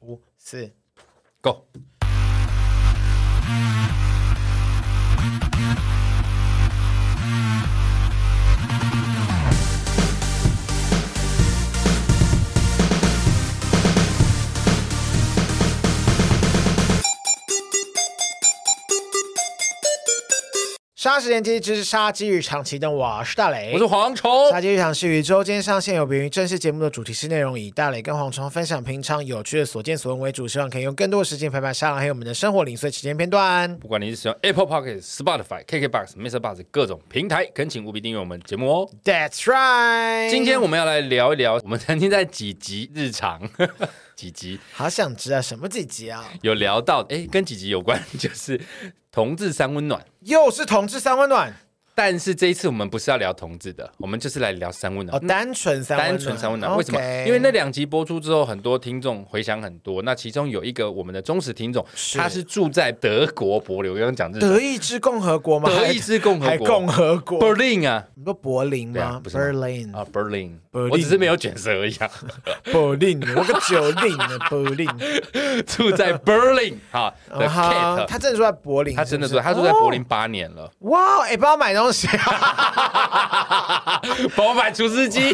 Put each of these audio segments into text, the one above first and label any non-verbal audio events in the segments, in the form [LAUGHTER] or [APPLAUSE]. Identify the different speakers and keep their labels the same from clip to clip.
Speaker 1: 五四
Speaker 2: ，Go！
Speaker 1: 杀时间机，这是杀鸡与长崎的我是大雷，
Speaker 2: 我是蝗虫，
Speaker 1: 杀鸡日常是于周间上线，有别于正式节目的主题式内容，以大磊跟蝗虫分享平常有趣的所见所闻为主，希望可以用更多的时间陪伴沙狼，还有我们的生活零碎时间片
Speaker 2: [LAUGHS]
Speaker 1: 段。
Speaker 2: 不管你是使用 Apple Pocket、Spotify、KKBox、Mr. Bus 各种平台，恳请务必订阅我们节目哦。
Speaker 1: That's right，
Speaker 2: 今天我们要来聊一聊，我们曾经在几集日常 [LAUGHS] 几集
Speaker 1: 好想知道什么几集啊？
Speaker 2: 有聊到，哎，跟几集有关，就是同志三温暖。
Speaker 1: 又是同志三温
Speaker 2: 嗯
Speaker 1: 暖
Speaker 2: 但是这一次我们不是要聊同志的，我们就是来聊三温暖
Speaker 1: 哦，。单纯三温暖，哦
Speaker 2: 单纯三温暖，为什么
Speaker 1: OK？
Speaker 2: 因为那两集播出之后，很多听众回响很多。那其中有一个我们的忠实听众，
Speaker 1: 是
Speaker 2: 他是住在德国柏林，我刚刚讲日本
Speaker 1: 德意志共和国吗？
Speaker 2: 德意志共和
Speaker 1: 还
Speaker 2: 国
Speaker 1: 共和国？
Speaker 2: Berlin 啊
Speaker 1: 你说柏林
Speaker 2: 对
Speaker 1: 吗
Speaker 2: 啊不是吗
Speaker 1: ？Berlin
Speaker 2: 啊 Berlin，
Speaker 1: Berlin
Speaker 2: 我只是没有卷舌而已啊。 [LAUGHS]
Speaker 1: Berlin，我个九零的 Berlin，
Speaker 2: 住在 Berlin 哈的
Speaker 1: 然后
Speaker 2: Kate，
Speaker 1: 啊他真的住在柏林，
Speaker 2: 他真的
Speaker 1: 是不
Speaker 2: 住，
Speaker 1: 是
Speaker 2: 他住在柏林。八年了，
Speaker 1: 哦哇，哎，帮我买东西啊！
Speaker 2: 帮我买厨师机。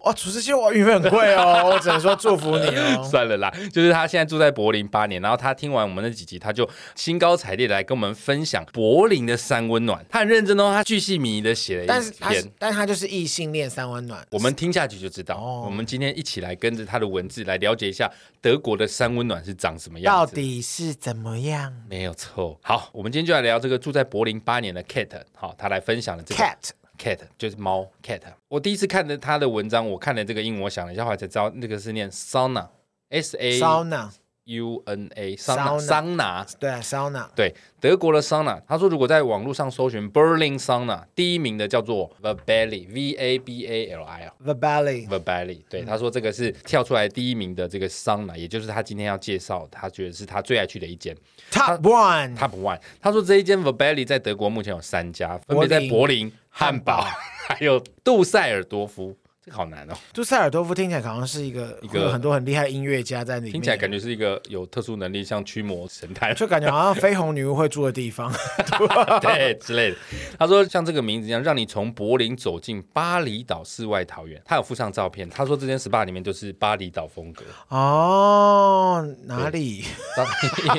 Speaker 1: 哇，厨师机我运费很贵哦，我只能说祝福你哦。
Speaker 2: [LAUGHS] 算了啦，就是他现在住在柏林八年，然后他听完我们那几集，他就兴高采烈地来跟我们分享柏林的三温暖。他很认真哦，他巨细靡遗的写了
Speaker 1: 但
Speaker 2: 一
Speaker 1: 是他是
Speaker 2: 篇。，
Speaker 1: 但是他就是异性恋三温暖。
Speaker 2: 我们听下去就知道。
Speaker 1: 哦
Speaker 2: 我们今天一起来跟着他的文字来了解一下德国的三温暖是长什么
Speaker 1: 到
Speaker 2: 样子。
Speaker 1: 底是怎么样
Speaker 2: 没有错。好，我们今天就来聊这个住在柏林八年的 Kate。好，他来分享了这个
Speaker 1: ？Cat，
Speaker 2: cat 就是猫 cat。我第一次看的他的文章，我看了这个英文，我想了一下，后来才知道那个是念 sauna s a
Speaker 1: 桑拿，
Speaker 2: u n a
Speaker 1: sauna
Speaker 2: sauna 桑拿。
Speaker 1: 对啊，桑拿。
Speaker 2: 对，德国的桑拿，他说如果在网络上搜寻 Berlin sauna，第一名的叫做 The Valley V A B A L I 啊
Speaker 1: The Valley，
Speaker 2: The Valley。对，他说这个是跳出来第一名的这个桑拿，也就是他今天要介绍，他觉得是他最爱去的一间
Speaker 1: Top One，
Speaker 2: Top One。他说这一间 The Valley 在德国目前有三家，分别在
Speaker 1: 柏
Speaker 2: 柏林、汉堡
Speaker 1: 汉
Speaker 2: [LAUGHS] 还有杜塞尔多夫。这个好难哦，
Speaker 1: 杜塞尔多夫听起来好像是一个
Speaker 2: 一个
Speaker 1: 会有很多很厉害的音乐家在里面，
Speaker 2: 听起来感觉是一个有特殊能力，像驱魔神探
Speaker 1: 就感觉好像绯红女巫会住的地方。
Speaker 2: [LAUGHS] 对之类的。他说像这个名字一样，让你从柏林走进巴厘岛世外桃源。他有附上照片，他说这间 SPA 里面就是巴厘岛风格， [LAUGHS]
Speaker 1: 哦，哪里
Speaker 2: 当 [LAUGHS]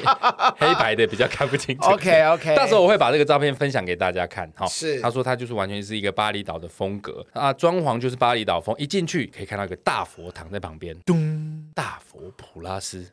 Speaker 2: 黑白的比较看不清楚。
Speaker 1: ？OK
Speaker 2: [LAUGHS]
Speaker 1: OK，
Speaker 2: 到时候我会把这个照片分享给大家看哈。
Speaker 1: 是
Speaker 2: 他说他就是完全是一个巴厘岛的风格啊，装潢就是巴厘岛风。一进去可以看到一个大佛堂在旁边，
Speaker 1: 咚，
Speaker 2: 大佛普拉斯，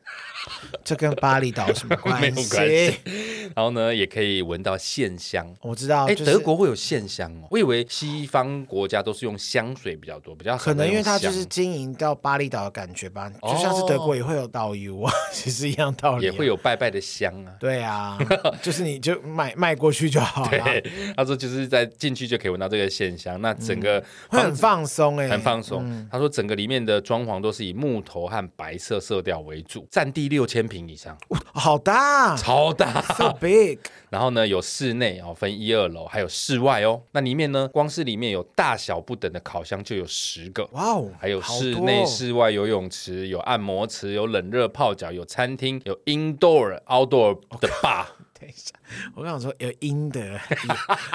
Speaker 1: 这跟巴厘岛有什么
Speaker 2: [LAUGHS] 没
Speaker 1: 关
Speaker 2: 有关
Speaker 1: 系
Speaker 2: 系？然后呢也可以闻到线香。
Speaker 1: 我知道，
Speaker 2: 哎，
Speaker 1: 哦就是
Speaker 2: 德国会有线香哦，我以为西方国家都是用香水比较多，比较少
Speaker 1: 可能因为
Speaker 2: 用
Speaker 1: 它就是
Speaker 2: 香
Speaker 1: 经营到巴厘岛的感觉吧，
Speaker 2: 哦
Speaker 1: 就像是德国也会有导游啊， [LAUGHS] 其实一样道理、
Speaker 2: 也会
Speaker 1: 有。
Speaker 2: 有拜拜的香啊。
Speaker 1: [LAUGHS] 对
Speaker 2: [LAUGHS]
Speaker 1: 啊，就是你就卖卖过去就好了，
Speaker 2: 对， [LAUGHS] 他说就是在进去就可以闻到这个线香，那整个
Speaker 1: 嗯会
Speaker 2: 房
Speaker 1: 很
Speaker 2: 子
Speaker 1: 放松哎、
Speaker 2: 很放松。他说整个里面的装潢都是以木头和白色色调为主，占地六千平以上，
Speaker 1: 好大
Speaker 2: 超大。
Speaker 1: ，so
Speaker 2: [LAUGHS]
Speaker 1: big，
Speaker 2: 然后呢，有室内哦，分一二楼，还有室外哦。那里面呢，光是里面有大小不等的烤箱就有十个。
Speaker 1: 哇哦，
Speaker 2: 还有
Speaker 1: 好
Speaker 2: 室
Speaker 1: 多
Speaker 2: 内、
Speaker 1: 哦
Speaker 2: 室外游泳池，有按摩池，有冷热泡脚，有餐厅，有 indoor、outdoor
Speaker 1: 哦
Speaker 2: 的 bar，
Speaker 1: 等一下，我刚想说有阴的，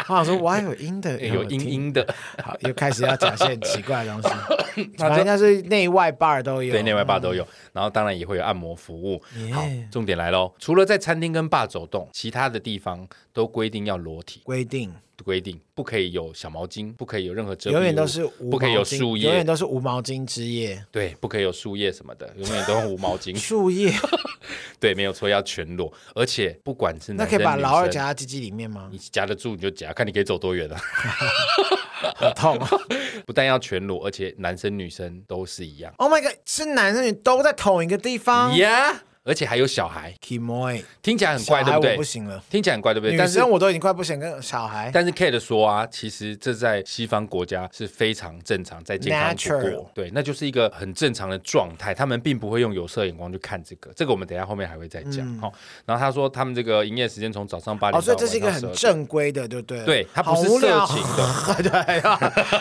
Speaker 1: 我想说哇有哎阴的，
Speaker 2: [LAUGHS] 有
Speaker 1: 阴
Speaker 2: 阴阴的，
Speaker 1: 好，又开始要讲一些很奇怪的东
Speaker 2: [LAUGHS]
Speaker 1: 西。反正应该是内外 bar 都有，嗯
Speaker 2: 对，内外 bar 都有。然后当然也会有按摩服务。
Speaker 1: 耶
Speaker 2: 好，重点来喽，除了在餐厅跟 bar 走动，其他的地方都规定要裸体，
Speaker 1: 规定，
Speaker 2: 规定不可以有小毛巾，不可以有任何遮蔽物，
Speaker 1: 永远都是无
Speaker 2: 不可以有
Speaker 1: 毛巾
Speaker 2: 树
Speaker 1: 永
Speaker 2: 叶
Speaker 1: 远，都是无毛巾之夜，
Speaker 2: 对，不可以有树叶什么的，永远都用无毛
Speaker 1: [LAUGHS]
Speaker 2: 巾。
Speaker 1: 树叶。
Speaker 2: [LAUGHS] 对，没有错，要全裸，而且不管是
Speaker 1: 那
Speaker 2: 男
Speaker 1: 可以
Speaker 2: 生
Speaker 1: 把
Speaker 2: 女
Speaker 1: 老二
Speaker 2: 生
Speaker 1: 夹到鸡鸡里面
Speaker 2: [LAUGHS]
Speaker 1: 吗
Speaker 2: 你？夹得住你就夹，看你可以走多远啊。
Speaker 1: 好痛啊
Speaker 2: 不但要全裸，而且男生女生都是一样。
Speaker 1: ！Oh my god，是男生女都在同一个地方
Speaker 2: 呀、而且还有小孩，
Speaker 1: ，Kimoi，
Speaker 2: 听起来很
Speaker 1: 小
Speaker 2: 怪，
Speaker 1: 孩
Speaker 2: 对不
Speaker 1: 我
Speaker 2: 对
Speaker 1: 不？行了，
Speaker 2: 听起来很怪，对不对？
Speaker 1: 女
Speaker 2: 但是
Speaker 1: 生我都已经快不行，跟小孩
Speaker 2: 但是 Kate 说啊，其实这在西方国家是非常正常，在健康不
Speaker 1: Natural
Speaker 2: 过，对，那就是一个很正常的状态。他们并不会用有色眼光去看这个，这个我们等一下后面还会再讲哈、然后他说，他们这个营业时间从早上八点
Speaker 1: 嗯哦，
Speaker 2: 到
Speaker 1: 所以这
Speaker 2: 晚上
Speaker 1: 是
Speaker 2: 十
Speaker 1: 一个很
Speaker 2: 二点。
Speaker 1: 正规的，对不对？
Speaker 2: 对它不是
Speaker 1: 好无聊
Speaker 2: 色情
Speaker 1: [LAUGHS] 对啊，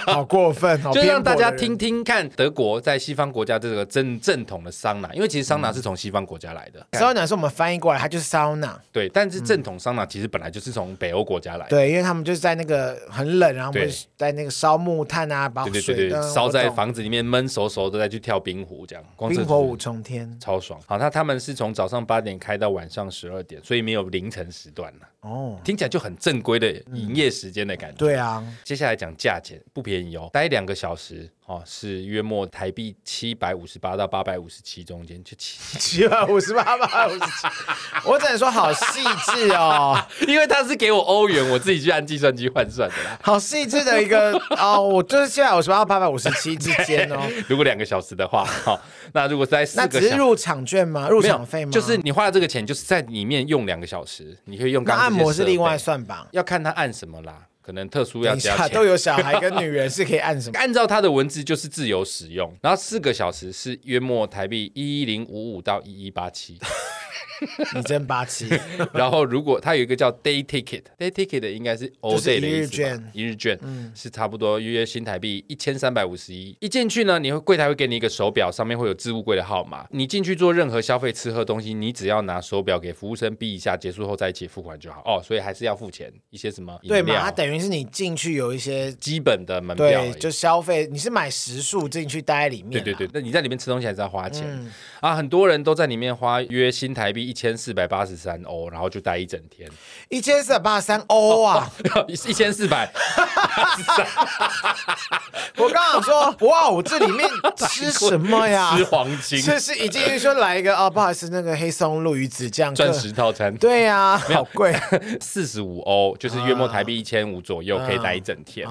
Speaker 1: 好过分，好
Speaker 2: 就
Speaker 1: 偏
Speaker 2: 让大
Speaker 1: 颇
Speaker 2: 家
Speaker 1: 的人
Speaker 2: 听听看，德国在西方国家这个正正统的桑拿，因为其实桑拿是从西方国家来的，
Speaker 1: 桑拿是我们翻译过来，它就是 sauna，
Speaker 2: 对，但
Speaker 1: 嗯
Speaker 2: 是正统桑拿其实本来就是从北欧国家来的，
Speaker 1: 对，因为他们就是在那个很冷，然后我们
Speaker 2: 哎对
Speaker 1: 在那个烧木炭啊，把
Speaker 2: 对对
Speaker 1: 水
Speaker 2: 对
Speaker 1: 灯
Speaker 2: 对，烧在
Speaker 1: 我懂
Speaker 2: 房子里面闷熟熟的，再去跳冰壶这样，光这
Speaker 1: 冰火
Speaker 2: 就是
Speaker 1: 五重天
Speaker 2: 超爽。好，那他们是从早上八点开到晚上十二点，所以没有凌晨时段了，
Speaker 1: 哦，
Speaker 2: 听起来就很正规的营业时间的感觉。
Speaker 1: 对啊，
Speaker 2: 接下来讲价钱，不便宜哦，待两个小时哦，是约莫台币七百五十八到八百五十七中间，就七， [LAUGHS]
Speaker 1: 七百五十八八五十七，我只能说好细致
Speaker 2: [LAUGHS]
Speaker 1: 哦，
Speaker 2: 因为他是给我欧元，我自己去按计算机换算的啦。
Speaker 1: 好细致的一个哦，我就是七百五十八到八百五十七之间
Speaker 2: [LAUGHS]
Speaker 1: 哦，
Speaker 2: 如果两个小时的话，哈、哦，那如果是在四
Speaker 1: 那
Speaker 2: 个
Speaker 1: 只是
Speaker 2: 小时。
Speaker 1: 入场券吗？入
Speaker 2: 没
Speaker 1: 场
Speaker 2: 有
Speaker 1: 费吗？
Speaker 2: 就是你花了这个钱，就是在里面用两个小时，你可以用
Speaker 1: 那
Speaker 2: 刚刚
Speaker 1: 按
Speaker 2: 这些
Speaker 1: 摩是
Speaker 2: 设备
Speaker 1: 另外，算吧。
Speaker 2: 要看他按什么啦，可能特殊要
Speaker 1: 等一
Speaker 2: 加
Speaker 1: 下
Speaker 2: 钱。
Speaker 1: 都有小孩跟女人是可以按什
Speaker 2: [LAUGHS]
Speaker 1: 么？
Speaker 2: 按照它的文字就是自由使用，然后四个小时是约莫台币一一零五五到一一八
Speaker 1: [LAUGHS]
Speaker 2: 七，
Speaker 1: 你真霸气，
Speaker 2: 然后如果它有一个叫
Speaker 1: [LAUGHS]
Speaker 2: day ticket，day ticket 的应该是 all
Speaker 1: 就是
Speaker 2: day 的
Speaker 1: 一
Speaker 2: 意
Speaker 1: 日
Speaker 2: 思吧
Speaker 1: 券，嗯
Speaker 2: 一日券，是差不多约新台币一千三百五十一。一进去呢，你会柜台会给你一个手表，上面会有置物柜的号码，你进去做任何消费、吃喝东西，你只要拿手表给服务生逼一下，结束后再一起付款就好。哦，所以还是要付钱一些什么饮
Speaker 1: 对嘛？它
Speaker 2: 料。
Speaker 1: 等于是你进去有一些
Speaker 2: 基本的门票而
Speaker 1: 对
Speaker 2: 已，，
Speaker 1: 就消费，你是买时数进去待在里面
Speaker 2: 对
Speaker 1: 啊，嗯
Speaker 2: 对对，那你在里面吃东西还是要花钱、啊，很多人都在里面花约新台币一千四百八十三欧，然后就待一整天， [LAUGHS]
Speaker 1: 一千四百八十三欧啊！
Speaker 2: 一千四百，
Speaker 1: 我刚想
Speaker 2: [LAUGHS]
Speaker 1: 说，哇，我这里面吃 [LAUGHS] 什么呀
Speaker 2: 吃？黄金
Speaker 1: 这是一进去说来一个啊，不好意思，那个黑松露鱼子酱
Speaker 2: 钻，石套餐，
Speaker 1: 对呀，好贵
Speaker 2: 四十五欧，就是约莫台
Speaker 1: 啊
Speaker 2: 币一千五左右，可以待一整天、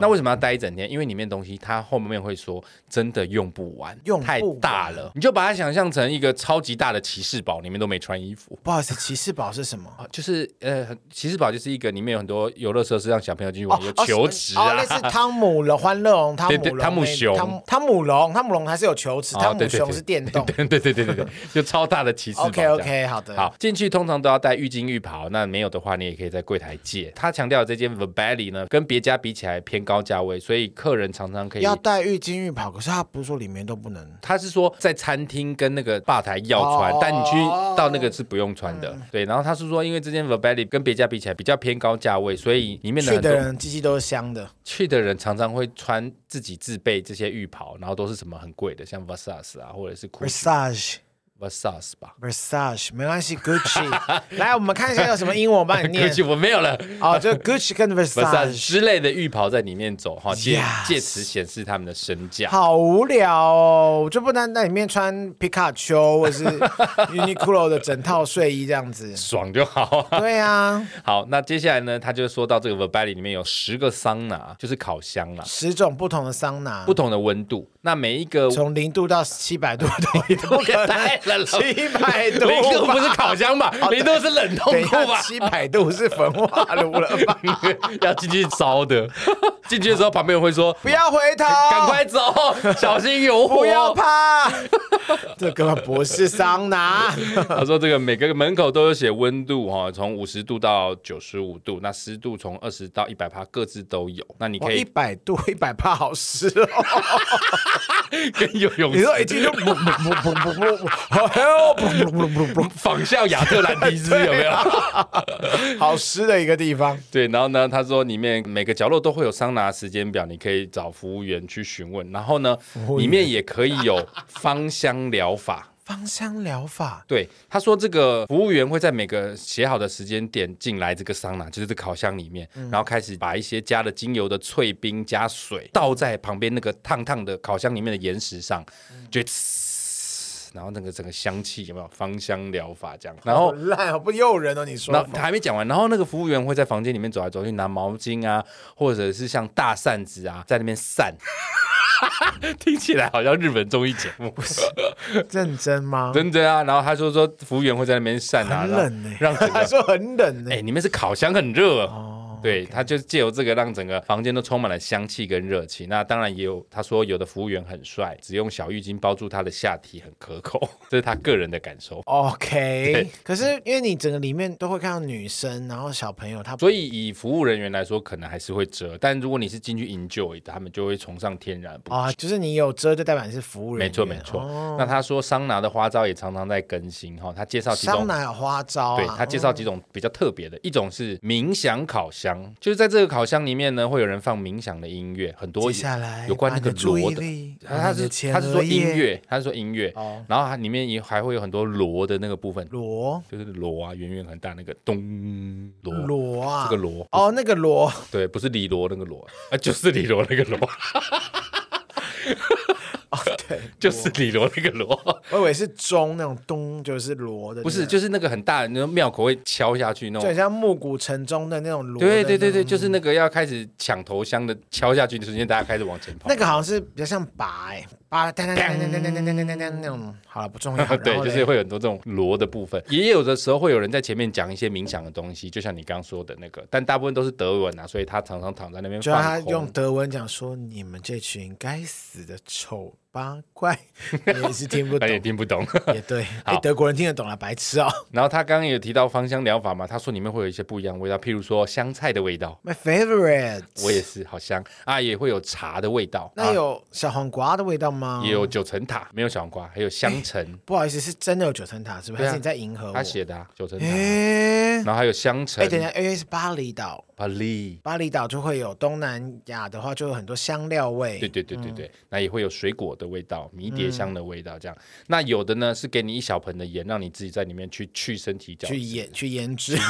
Speaker 2: 那为什么要待一整天？因为里面东西它后面会说真的用不完，
Speaker 1: 用不
Speaker 2: 太大了，你就把它想象成一个超级大的骑士堡，里面都没穿衣服。
Speaker 1: 不好意思，骑士堡是什么？
Speaker 2: 啊，就是呃，很骑士堡就是一个里面有很多游乐设施让小朋友进去玩，有
Speaker 1: 哦
Speaker 2: 球池
Speaker 1: 哦，
Speaker 2: 啊，
Speaker 1: 类似汤姆龙、欢乐龙、汤姆
Speaker 2: 对
Speaker 1: 龙
Speaker 2: 对
Speaker 1: 那、
Speaker 2: 汤姆熊
Speaker 1: 汤汤姆龙、汤姆龙还是有球池，
Speaker 2: 哦
Speaker 1: 汤姆
Speaker 2: 对对
Speaker 1: 熊
Speaker 2: 对
Speaker 1: 是电动。
Speaker 2: [LAUGHS] 对对对对
Speaker 1: [LAUGHS]
Speaker 2: 对对，就超大的骑士堡
Speaker 1: OK
Speaker 2: 这样。
Speaker 1: OK，好的。
Speaker 2: 好，进去通常都要带浴巾、浴袍，那没有的话，你也可以在柜台借。他强调的这间 The Valley 呢，跟别家比起来偏高价位，所以客人常常可以
Speaker 1: 要。带浴巾浴袍，可是他不是说里面都不能。
Speaker 2: 他是说在餐厅跟那个吧台要穿，
Speaker 1: 哦嗯
Speaker 2: 但你去到那个是不用穿的。对，然后他是说，因为这间 The Valley 跟别家比起来比较偏高价位，所以里面的
Speaker 1: 去
Speaker 2: 很多
Speaker 1: 的人鸡鸡都是香的，
Speaker 2: 去的人常常会穿自己自备这些浴袍，然后都是什么很贵的，像 Versace 啊，或者是 Gucci-
Speaker 1: Versace
Speaker 2: Versace 吧。
Speaker 1: Versace 没关系，Gucci。来，我
Speaker 2: [LAUGHS]
Speaker 1: 们看一下有什么英文，我帮你念。
Speaker 2: Gucci 我没有了。
Speaker 1: 哦，就 Gucci 跟
Speaker 2: Versace
Speaker 1: Versace，
Speaker 2: 啊之类的浴袍在里面走哈，借
Speaker 1: Yes
Speaker 2: 借此显示他们的身
Speaker 1: [LAUGHS]
Speaker 2: 价。
Speaker 1: 好无聊哦！我就不能在里面穿皮卡丘或是 [LAUGHS] Uniqlo 的整套睡衣这样
Speaker 2: [LAUGHS]
Speaker 1: 子。
Speaker 2: 爽就好、啊。
Speaker 1: 对啊，
Speaker 2: 好，那接下来呢，他就说到这个 v e r b a l i 里面有十个桑拿，就是烤箱啦，
Speaker 1: 十种不同的桑拿
Speaker 2: 不，同的温度。那每一
Speaker 1: [LAUGHS]
Speaker 2: 个
Speaker 1: 从零度到七百
Speaker 2: [LAUGHS]
Speaker 1: 度都都
Speaker 2: 也太冷了
Speaker 1: 七百度
Speaker 2: 零度不是
Speaker 1: 吧
Speaker 2: 烤箱吧？零度是冷冻
Speaker 1: 等一
Speaker 2: 库
Speaker 1: 下，
Speaker 2: 吧？
Speaker 1: 七百度是焚化炉了
Speaker 2: [LAUGHS]
Speaker 1: 吧？
Speaker 2: 要进去烧的。 [LAUGHS] 进去的时候，旁边人会说
Speaker 1: 不要回头，
Speaker 2: 赶快走，小心有火。
Speaker 1: 不要怕， [LAUGHS] 这根本不是桑
Speaker 2: [LAUGHS]
Speaker 1: 拿。
Speaker 2: 他说这个每个门口都有写温度哈，从五十度到九十五度，那湿度从二十到一百帕各自都有。那你
Speaker 1: 哇，
Speaker 2: 可
Speaker 1: 一
Speaker 2: 以
Speaker 1: 百度一百帕好湿
Speaker 2: [LAUGHS]
Speaker 1: 哦！
Speaker 2: 跟游泳
Speaker 1: 你
Speaker 2: 池
Speaker 1: 说一进就 [LAUGHS] 不不不不不不，好哟，不不不不不，
Speaker 2: 仿效亚特兰蒂斯有没有？
Speaker 1: [LAUGHS] 啊好湿的一个地方。
Speaker 2: 对，然后呢，他说里面每个角落都会有桑拿时间表，你可以找服务员去询问。然后呢，里面也可以有芳香疗法。
Speaker 1: 芳香疗法，
Speaker 2: 对，他说这个服务员会在每个写好的时间点进来这个桑拿，就是这个烤箱里面，然后开始把一些加了精油的脆冰加水倒在旁边那个烫烫的烤箱里面的岩石上，就呲，然后那个整个香气有没有芳香疗法这样？然
Speaker 1: 好
Speaker 2: 后
Speaker 1: 烂哦，不诱人哦！你说
Speaker 2: 然后还没讲完，然后那个服务员会在房间里面走来走去，拿毛巾啊，或者是像大扇子啊，在那边扇。 [LAUGHS] 听起来好像日本综艺节目，
Speaker 1: [LAUGHS] 认真吗？
Speaker 2: [LAUGHS] 真的啊。然后他说说服务员会在那边扇啊，
Speaker 1: 很
Speaker 2: 然后
Speaker 1: 冷欸呢、
Speaker 2: 让整
Speaker 1: [LAUGHS] 他
Speaker 2: 个
Speaker 1: 说很冷呢、
Speaker 2: [LAUGHS]
Speaker 1: 欸
Speaker 2: 哎、里面是烤箱，很热。
Speaker 1: 哦，
Speaker 2: 对，他就是借由这个让整个房间都充满了香气跟热气。那当然也有，他说有的服务员很帅，只用小浴巾包住他的下体，很可口， [LAUGHS] 这是他个人的感受。
Speaker 1: OK，
Speaker 2: 对
Speaker 1: 可是因为你整个里面都会看到女生，然后小朋友他，
Speaker 2: 所以以服务人员来说，可能还是会折，但如果你是进去 enjoy 的，他们就会崇尚天然。不
Speaker 1: 啊、就是你有遮就代表你是服务人员，
Speaker 2: 没错没错。
Speaker 1: 哦
Speaker 2: 那他说桑拿的花招也常常在更新哈、他介绍几
Speaker 1: 桑
Speaker 2: 种。
Speaker 1: 拿有花招、啊，
Speaker 2: 对他介绍几种比较特别的，一种是冥想烤箱，就是在这个烤箱里面呢，会有人放冥想的音乐，很多
Speaker 1: 哦接下来
Speaker 2: 有关
Speaker 1: 把
Speaker 2: 那
Speaker 1: 你
Speaker 2: 个
Speaker 1: 的注
Speaker 2: 螺
Speaker 1: 意
Speaker 2: 的
Speaker 1: 力，
Speaker 2: 他他是他是说音乐，他是说音乐，
Speaker 1: 哦
Speaker 2: 然后它里面也还会有很多锣的那个部分，
Speaker 1: 螺
Speaker 2: 就是锣啊，圆圆很大那个咚锣，
Speaker 1: 螺啊，
Speaker 2: 这嗯个锣，
Speaker 1: 哦那个螺，
Speaker 2: 对，不是李罗那个罗，啊，就是李罗那个罗，
Speaker 1: 哦对，
Speaker 2: [LAUGHS] 就是李罗那个罗，
Speaker 1: 我以为是钟那种咚，就是螺的那个，
Speaker 2: 不是，就是那个很大的那个庙口会敲下去那
Speaker 1: 就很
Speaker 2: 种。
Speaker 1: 像暮鼓晨钟的那种锣的那
Speaker 2: 对
Speaker 1: 种，嗯
Speaker 2: 对对对，就是那个要开始抢头香的敲下去的瞬间，大家开始往前跑。，
Speaker 1: 那个好像是比较像拔哎、拔噔噔噔噔噔噔噔噔噔噔那种，好了不重要
Speaker 2: [LAUGHS] 对，就是
Speaker 1: 然后嘞
Speaker 2: 会有很多这种罗的部分，也有的时候会有人在前面讲一些冥想的东西，就像你刚刚说的那个，但大部分都是德文啊，所以他常常躺在那边
Speaker 1: 就让他
Speaker 2: 放
Speaker 1: 用
Speaker 2: 空。
Speaker 1: 德文讲说：“你们这群该死的丑八怪，你也是
Speaker 2: [LAUGHS]
Speaker 1: 听不
Speaker 2: 他
Speaker 1: 懂，
Speaker 2: 也听不懂。
Speaker 1: 也对， [LAUGHS] 哎，德国人听得懂了，白痴哦。
Speaker 2: 然后他刚刚有提到芳香疗法嘛，他说里面会有一些不一样的味道，譬如说香菜的味道，
Speaker 1: My
Speaker 2: [LAUGHS]
Speaker 1: favorite，
Speaker 2: 我也是，好香啊，也会有茶的味道，
Speaker 1: 那有小黄瓜的味道吗
Speaker 2: 啊、？也有九层塔，没有小黄瓜，还有
Speaker 1: 哎
Speaker 2: 香橙，
Speaker 1: 不好意思，是真的有九层塔，是不是？
Speaker 2: 对
Speaker 1: 还
Speaker 2: 啊
Speaker 1: 是你在迎合我？
Speaker 2: 他写的、啊、九层塔，
Speaker 1: 哦哎，
Speaker 2: 然后还有香橙
Speaker 1: 哎，，等一下，因为是巴厘岛，
Speaker 2: 巴黎，
Speaker 1: 巴厘岛就会有东南亚的话，就有很多香料味。
Speaker 2: 对对对对对，那也会有水果的味道、迷迭香的味道这样。那有的呢是给你一小盆的盐，让你自己在里面去去身体角
Speaker 1: 去腌去腌制，
Speaker 2: 腌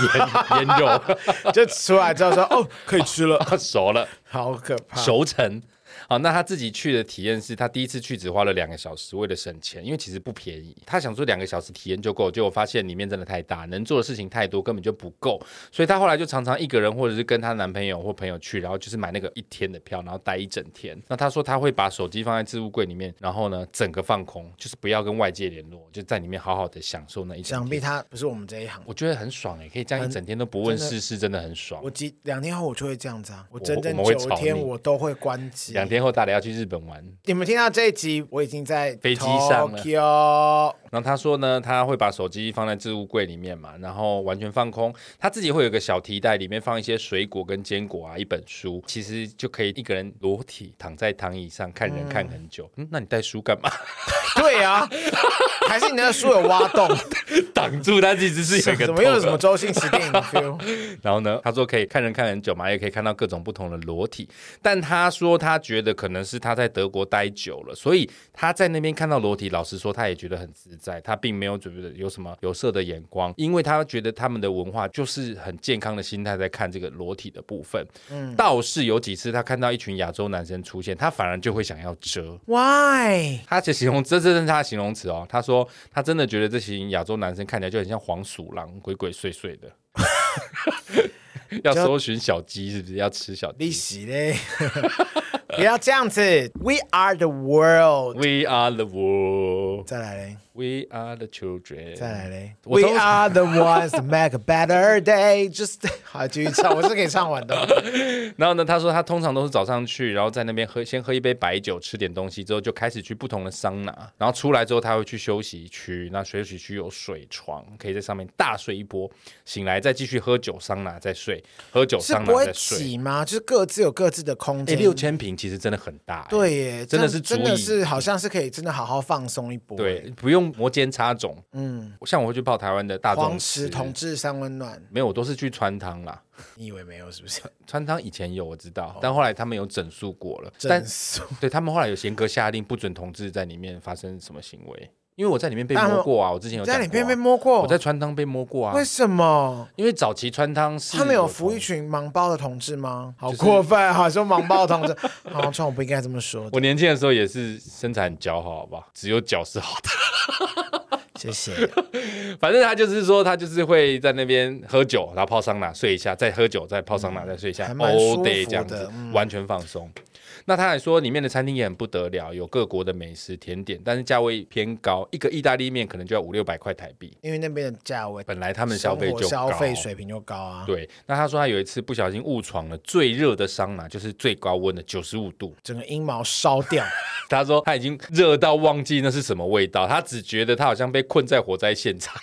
Speaker 2: 腌肉，
Speaker 1: [LAUGHS]
Speaker 2: [LAUGHS]
Speaker 1: 就出来之后说哦，可以吃了，
Speaker 2: 熟了。
Speaker 1: 好可怕。
Speaker 2: 熟成。好，那他自己去的体验是，他第一次去只花了两个小时，为了省钱，因为其实不便宜。他想说两个小时体验就够，结果发现里面真的太大，能做的事情太多，根本就不够。所以她后来就常常一个人，或者是跟她男朋友或朋友去，然后就是买那个一天的票，然后待一整天。那她说她会把手机放在置物柜里面，然后呢整个放空，就是不要跟外界联络，就在里面好好的享受那一整
Speaker 1: 想必
Speaker 2: 天。
Speaker 1: 他不是我们这一行。
Speaker 2: 我觉得很爽哎、可以这样一整天都不问世事，真的很爽
Speaker 1: 我。几两天后我就会这样子啊，我
Speaker 2: 我
Speaker 1: 整整
Speaker 2: 我们会
Speaker 1: 九
Speaker 2: 吵
Speaker 1: 天
Speaker 2: 你
Speaker 1: 我都会关机。
Speaker 2: 两天后大家要去日本玩，
Speaker 1: 你们听到这一集，我已经在
Speaker 2: 飞机上了
Speaker 1: Tokyo
Speaker 2: 然后他说呢，他会把手机放在置物柜里面嘛，然后完全放空。他自己会有个小提袋，里面放一些水果跟坚果啊，一本书，其实就可以一个人裸体躺在躺椅上看人看很久。嗯，那你带书干嘛？ [LAUGHS]
Speaker 1: 对啊，还是你那个书有挖
Speaker 2: [LAUGHS]
Speaker 1: 洞？
Speaker 2: 挡住他其实是有一个
Speaker 1: 怎么又是
Speaker 2: 洞
Speaker 1: 什么
Speaker 2: 的
Speaker 1: 周星驰电影
Speaker 2: [LAUGHS]
Speaker 1: feel？
Speaker 2: 然后呢，他说可以看人看很久嘛，也可以看到各种不同的裸体。但他说他觉得可能是他在德国待久了，所以他在那边看到裸体，老实说他也觉得很自在，他并没有觉得有什么有色的眼光，因为他觉得他们的文化就是很健康的心态在看这个裸体的部分。嗯，倒是有几次他看到一群亚洲男生出现，他反而就会想要遮。
Speaker 1: ？Why？
Speaker 2: 他其实形容这这是他的形容词哦，他说他真的觉得这群亚洲男生看起来就很像黄鼠狼，鬼鬼祟祟的。 [LAUGHS] 要搜寻小鸡是不是？要吃小
Speaker 1: 利
Speaker 2: 鸡
Speaker 1: 息
Speaker 2: [LAUGHS]
Speaker 1: 嘞？不要这样子，We are the world。
Speaker 2: ？We are the world,
Speaker 1: 再来嘞，
Speaker 2: we are the children。
Speaker 1: 再来嘞
Speaker 2: 我
Speaker 1: ，We
Speaker 2: 都
Speaker 1: are the ones to make a better day。Just [LAUGHS] 好，继续
Speaker 2: [LAUGHS]
Speaker 1: 唱，我是可以唱完的。
Speaker 2: 然后呢，他说他通常都是早上去，然后在那边喝，先喝一杯白酒，吃点东西之后，就开始去不同的桑拿，然后出来之后他会去休息区，那休息区有水床，可以在上面大睡一波，醒来再继续喝酒桑拿再睡，喝酒
Speaker 1: 是
Speaker 2: 桑
Speaker 1: 不
Speaker 2: 拿
Speaker 1: 会
Speaker 2: 再睡。
Speaker 1: 挤吗？就是各自有各自的空
Speaker 2: 哎，
Speaker 1: 间。
Speaker 2: 六千平其实真的很大、欸，
Speaker 1: 对耶，
Speaker 2: 真的
Speaker 1: 这
Speaker 2: 是
Speaker 1: 真
Speaker 2: 足
Speaker 1: 的
Speaker 2: 以
Speaker 1: 是好像是可以真的好好放松一波。，
Speaker 2: 对，不用摩肩擦踵。嗯，像我会去泡台湾的大众
Speaker 1: 黄池同志三温暖，
Speaker 2: 没有，我都是去川汤啦。
Speaker 1: 你以为没有是不是？
Speaker 2: 川汤以前有我知
Speaker 1: 哦
Speaker 2: 道，但后来他们有整肃过了，但
Speaker 1: 真俗，
Speaker 2: [LAUGHS] 对他们后来有严格下令不准同志在里面发生什么行为，因为我在里面被
Speaker 1: 但
Speaker 2: 摸过啊，我之前有
Speaker 1: 在
Speaker 2: 讲
Speaker 1: 里
Speaker 2: 过
Speaker 1: 面
Speaker 2: 啊
Speaker 1: 被摸过，
Speaker 2: 我在川汤被摸过啊
Speaker 1: 为，什么？
Speaker 2: 因为早期川汤是
Speaker 1: 他们有
Speaker 2: 有
Speaker 1: 服
Speaker 2: 同
Speaker 1: 一群盲包的同志吗？好
Speaker 2: 就是
Speaker 1: 过分啊！好说盲包的同志， [LAUGHS] 好像我不应该这么说的。
Speaker 2: 我年轻的时候也是身材很姣好，好不好？只有脚是好的。
Speaker 1: 谢谢。
Speaker 2: 反正他就是说，他就是会在那边喝酒，然后泡桑拿睡一下，再喝酒，再泡桑拿，再睡一下
Speaker 1: 嗯还蛮舒
Speaker 2: ，all
Speaker 1: 服嗯
Speaker 2: day 这样
Speaker 1: 的
Speaker 2: 子，完全放松。那他还说里面的餐厅也很不得了，有各国的美食甜点，但是价位偏高，一个意大利面可能就要五六百块台币，
Speaker 1: 因为那边的价位，
Speaker 2: 本来他们消费
Speaker 1: 生活
Speaker 2: 就
Speaker 1: 消
Speaker 2: 高。
Speaker 1: 费水平就高啊，
Speaker 2: 对，那他说他有一次不小心误闯了最热的桑拿，就是最高温的九十五度。 [LAUGHS]
Speaker 1: 整个阴毛烧掉，
Speaker 2: 他说他已经热到忘记那是什么味道，他只觉得他好像被困在火灾现场。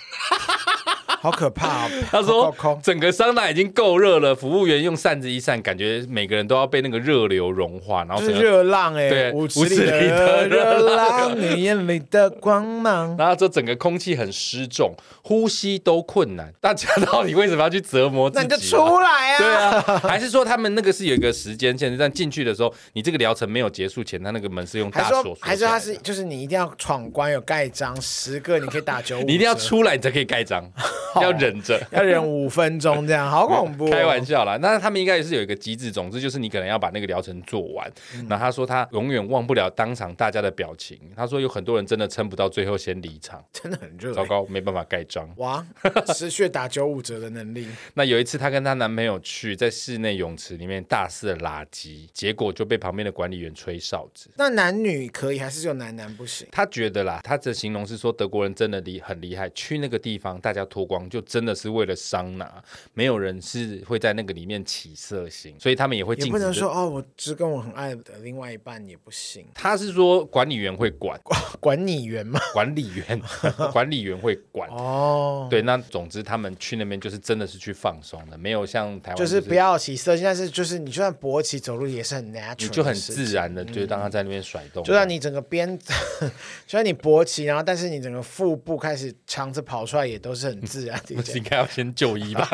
Speaker 1: 好可怕、哦。
Speaker 2: 他说
Speaker 1: 好高空
Speaker 2: 整个桑拿已经够热了，服务员用扇子一扇，感觉每个人都要被那个热流融化，然后
Speaker 1: 就
Speaker 2: 整
Speaker 1: 是
Speaker 2: 个
Speaker 1: 热浪哎、
Speaker 2: 对
Speaker 1: 五十
Speaker 2: 五十
Speaker 1: 里
Speaker 2: 里
Speaker 1: 的
Speaker 2: 的
Speaker 1: 热
Speaker 2: 热
Speaker 1: 浪，你眼里的光
Speaker 2: [LAUGHS]
Speaker 1: 芒。
Speaker 2: 然后这整个空气很失重，呼吸都困难。大家到底为什么要去折磨自
Speaker 1: 那
Speaker 2: 己、
Speaker 1: 你就出来啊！
Speaker 2: 对啊，还是说他们那个是有一个时间限制，但进去的时候，你这个疗程没有结束前，他那个门是用
Speaker 1: 还
Speaker 2: 大
Speaker 1: 是
Speaker 2: 锁
Speaker 1: 说
Speaker 2: 锁起来的
Speaker 1: 还是他是就是你一定要闯关有盖章，十个你可以打九五折，
Speaker 2: 你一定要出来，你才可以
Speaker 1: [LAUGHS]
Speaker 2: 盖章，要忍着。
Speaker 1: 要忍五分钟这样，好恐怖、哦
Speaker 2: 开玩，笑啦，那他们应该也是有一个机制，总之就是你可能要把那个疗程做完。
Speaker 1: 嗯
Speaker 2: 然后他说他永远忘不了当场大家的表情，他说有很多人真的撑不到最后先离场，
Speaker 1: 真的很热、
Speaker 2: 糟
Speaker 1: 欸。
Speaker 2: 糕，没办法盖章。
Speaker 1: 哇， [LAUGHS] 持续打九五折的能力，
Speaker 2: 那有一次，她跟她男朋友去在室内泳池里面大肆的拉鸡，结果就被旁边的管理员吹哨子。
Speaker 1: 那男女可以还是只有男男不行？
Speaker 2: 她觉得啦，她的形容是说德国人真的厉很厉害，去那个地方大家脱光就真的是为了桑拿，没有人是会在那个里面起色心，所以他们也会禁
Speaker 1: 也
Speaker 2: 止。
Speaker 1: 不能说哦，我只跟我很爱的另外一半也不行，
Speaker 2: 他是说管理员会管， [LAUGHS]
Speaker 1: 管你员嘛。
Speaker 2: 管理员 [LAUGHS] 管理员会管。
Speaker 1: 哦，
Speaker 2: 对，那总之他们去那边就是真的是去放松的，没有像台湾
Speaker 1: 就是不要起色心，但是就是你就算勃起走路也是很 natural，
Speaker 2: 你就很
Speaker 1: 的事
Speaker 2: 自然的就让他在那边甩动，
Speaker 1: 就算
Speaker 2: [LAUGHS]
Speaker 1: 你整个边， [LAUGHS] 就算你勃起，然后但是你整个腹部开始肠子跑出来，也都是很自然
Speaker 2: [LAUGHS]
Speaker 1: 的一
Speaker 2: 不
Speaker 1: 件
Speaker 2: 是应该要先就医
Speaker 1: [LAUGHS]
Speaker 2: 吧？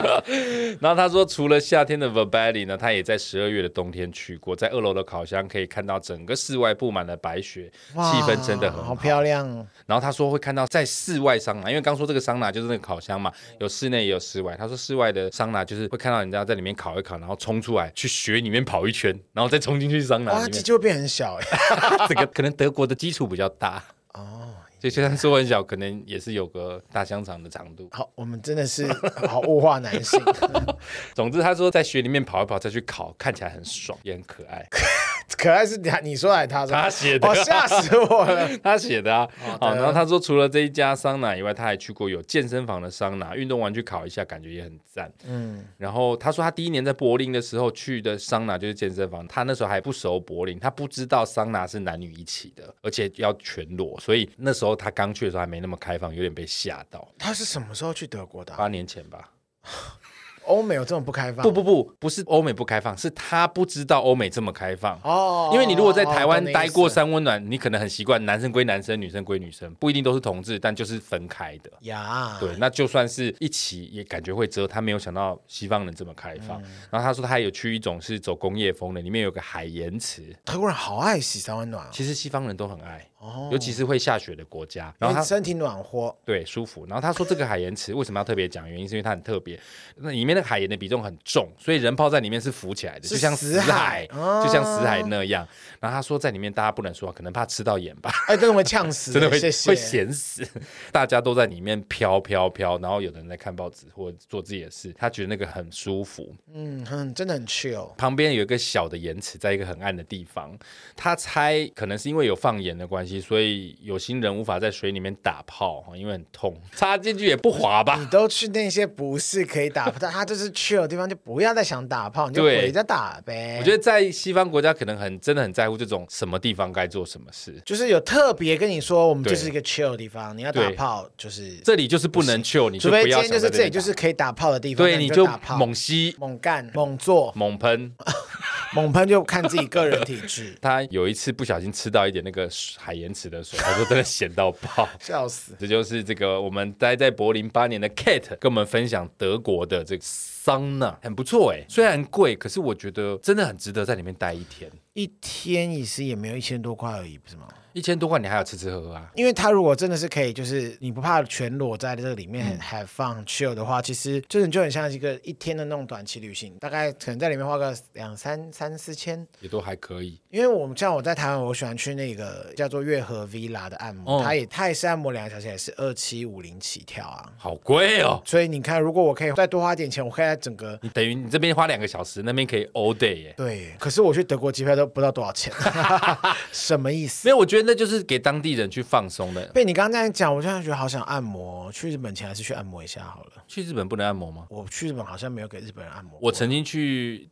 Speaker 2: [LAUGHS] 然后他说，除了夏天的 v e r b a l i 呢，他也在十二月的冬天去过，在二楼的烤箱可以看到整个室外布满了白雪，气
Speaker 1: 哇
Speaker 2: 氛真的很
Speaker 1: 好漂亮哦。
Speaker 2: 然后他说会看到在室外桑拿，因为刚说这个桑拿就是那个烤箱嘛，有室内也有室外。他说室外的桑拿就是会看到人家在里面烤一烤，然后冲出来去雪里面跑一圈，然后再冲进去桑
Speaker 1: 哇，
Speaker 2: 拿
Speaker 1: 它
Speaker 2: 里
Speaker 1: 鸡
Speaker 2: 面。
Speaker 1: 鸡会变很小 [LAUGHS] 哎、
Speaker 2: 这个可能德国的基础比较大哦，所以就算说很小，可能也是有个大香肠的长度。
Speaker 1: 好，我们真的是 [LAUGHS] 好物化男性， [LAUGHS]
Speaker 2: 总之，他说在雪里面跑一跑，再去烤，看起来很爽，也很可爱。
Speaker 1: 可爱是你你说来他说，
Speaker 2: 他写的
Speaker 1: 哦，吓死我了。 [LAUGHS]
Speaker 2: 他写的啊，
Speaker 1: 的
Speaker 2: 好，然后他说除了这一家桑拿以外，他还去过有健身房的桑拿，运动完去烤一下，感觉也很赞。嗯，然后他说他第一年在柏林的时候去的桑拿就是健身房，他那时候还不熟柏林，他不知道桑拿是男女一起的，而且要全裸，所以那时候他刚去的时候还没那么开放，有点被吓到。
Speaker 1: 他是什么时候去德国的啊、
Speaker 2: 八年前吧，
Speaker 1: 欧美有这么不开放？
Speaker 2: 不不不，不是欧美不开放，是他不知道欧美这么开放。
Speaker 1: 哦，
Speaker 2: 因为你如果在台湾
Speaker 1: 哦
Speaker 2: 待过，
Speaker 1: 懂
Speaker 2: 三温暖，你可能很习惯男生归男生，女生归女生，不一定都是同志，但就是分开的。
Speaker 1: 你的意思呀，
Speaker 2: 对，那就算是一起也感觉会遮。他没有想到西方人这么开
Speaker 1: 嗯
Speaker 2: 放。然后他说他有去一种是走工业风的，里面有个海盐池，
Speaker 1: 德国人好爱洗三温暖哦，哦
Speaker 2: 其实西方人都很爱，尤其是会下雪的国家。然
Speaker 1: 因为
Speaker 2: 后他。
Speaker 1: 身体暖和，
Speaker 2: 对，
Speaker 1: [LAUGHS]
Speaker 2: 舒服。然后他说这个海盐池为什么要特别讲？原因是因为它很特别，那里面的海盐的比重很重，所以人泡在里面是浮起来的，
Speaker 1: 是
Speaker 2: 就像
Speaker 1: 死
Speaker 2: 死
Speaker 1: 海
Speaker 2: 海，
Speaker 1: 哦
Speaker 2: 就像死海那样。然后他说在里面大家不能说话，可能怕吃到盐吧。
Speaker 1: 哎，真的会呛死，
Speaker 2: 真的会
Speaker 1: 谢谢。
Speaker 2: 会咸死，大家都在里面飘飘飘，然后有的人在看报纸或者做自己的事，他觉得那个很舒服。
Speaker 1: 嗯哼，真的很 chill。
Speaker 2: 旁边有一个小的盐池，在一个很暗的地方，他猜可能是因为有放盐的关系，所以有心人无法在水里面打泡，因为很痛，插进去也不滑吧
Speaker 1: 你。都去那些不是可以打炮，但他就是 chill 的地方，就不要再想打炮，你就
Speaker 2: 对
Speaker 1: 回家打呗。
Speaker 2: 我觉得在西方国家可能很真的很在乎这种什么地方该做什么事，
Speaker 1: 就是有特别跟你说，我们
Speaker 2: 对
Speaker 1: 就是一个 chill 的地方，你要打
Speaker 2: 对
Speaker 1: 炮就是，
Speaker 2: 这里就是不能 chill，你
Speaker 1: 除
Speaker 2: 就
Speaker 1: 非
Speaker 2: 不
Speaker 1: 今
Speaker 2: 要
Speaker 1: 天
Speaker 2: 想
Speaker 1: 就是
Speaker 2: 在
Speaker 1: 这里
Speaker 2: 里
Speaker 1: 就
Speaker 2: 打
Speaker 1: 是可以打炮的地方，
Speaker 2: 对，
Speaker 1: 那
Speaker 2: 你
Speaker 1: 就
Speaker 2: 就
Speaker 1: 打炮，
Speaker 2: 猛吸
Speaker 1: 猛干、猛做、
Speaker 2: 猛喷，。
Speaker 1: 猛喷，就看自己个人体质 [LAUGHS]
Speaker 2: 他有一次不小心吃到一点那个海盐池的水，他说真的咸到爆。 [LAUGHS]
Speaker 1: 笑死！
Speaker 2: 这就是这个我们待在柏林八年的 Kate 跟我们分享德国欸的这个桑拿，很不错哎。虽然贵，可是我觉得真的很值得在里面待一天。
Speaker 1: 一天也是也没有一千多块而已，不是吗？
Speaker 2: 一千多块你还要吃吃喝喝啊？
Speaker 1: 因为他如果真的是可以，就是你不怕全裸在这个里面很 have fun chill 的话，其实就是你就很像一个一天的那种短期旅行，大概可能在里面花个两三三四千。
Speaker 2: 也都还可以。
Speaker 1: 因为我们像我在台湾，我喜欢去那个叫做月和 villa 的按摩，
Speaker 2: 哦
Speaker 1: 它也它也是按摩两个小时，也是二七五零起跳啊。
Speaker 2: 好贵哦！
Speaker 1: 所以你看，如果我可以再多花点钱，我可以在整个
Speaker 2: 你等于你这边花两个小时，那边可以 all day 耶。
Speaker 1: 对，可是我去德国机票都不知道多少钱，什么意思？
Speaker 2: 没有，我觉得那就是给当地人去放松的。
Speaker 1: 被你刚刚这样讲，我突然觉得好想按摩。去日本前还是去按摩一下好了。
Speaker 2: 去日本不能按摩吗？
Speaker 1: 我去日本好像没有给日本人按摩过，
Speaker 2: 我曾经去，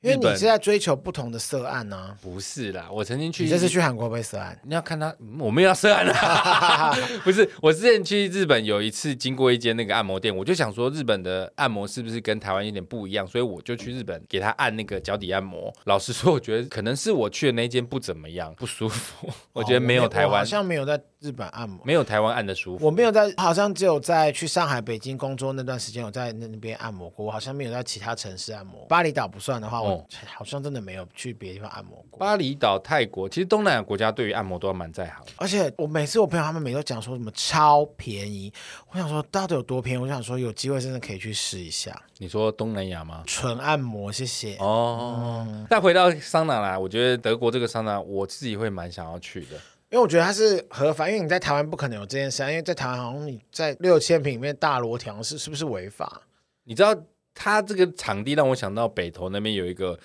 Speaker 1: 因为
Speaker 2: 日
Speaker 1: 你
Speaker 2: 本
Speaker 1: 是在追求不同的色案呢、
Speaker 2: 不是啦，我曾经去，
Speaker 1: 你这次去韩国被色案，
Speaker 2: 你要看他，嗯我们要涉案啦。 [LAUGHS] 不是，我之前去日本有一次经过一间那个按摩店，我就想说日本的按摩是不是跟台湾有点不一样，所以我就去日本给他按那个脚底按摩。老实说，我觉得可能是我去的那间不怎么样，不舒服。 [LAUGHS] 我觉得没有台
Speaker 1: 哦我
Speaker 2: 湾
Speaker 1: 好像没有在日本按摩。
Speaker 2: 哦没有台湾按的舒服。
Speaker 1: 我没有在，好像只有在去上海、北京工作那段时间，有在那那边按摩过。我好像没有在其他城市按摩，巴厘岛不算的话，我
Speaker 2: 哦
Speaker 1: 好像真的没有去别的地方按摩过。
Speaker 2: 巴厘岛、泰国，其实东南亚国家对于按摩都蛮在行。
Speaker 1: 而且我每次我朋友他们每次都讲说什么超便宜，我想说到底有多便宜？我想说有机会真的可以去试一下
Speaker 2: 你说东南亚吗？
Speaker 1: 纯按摩，谢谢。
Speaker 2: 哦，再回到桑拿啦，我觉得德国这个桑拿我自己会蛮想要去的。
Speaker 1: 因为我觉得它是合法，因为你在台湾不可能有这件事啊，因为在台湾好像你在六千平里面大裸体好像是是不是违法？
Speaker 2: 你知道它这个场地让我想到北投那边有一个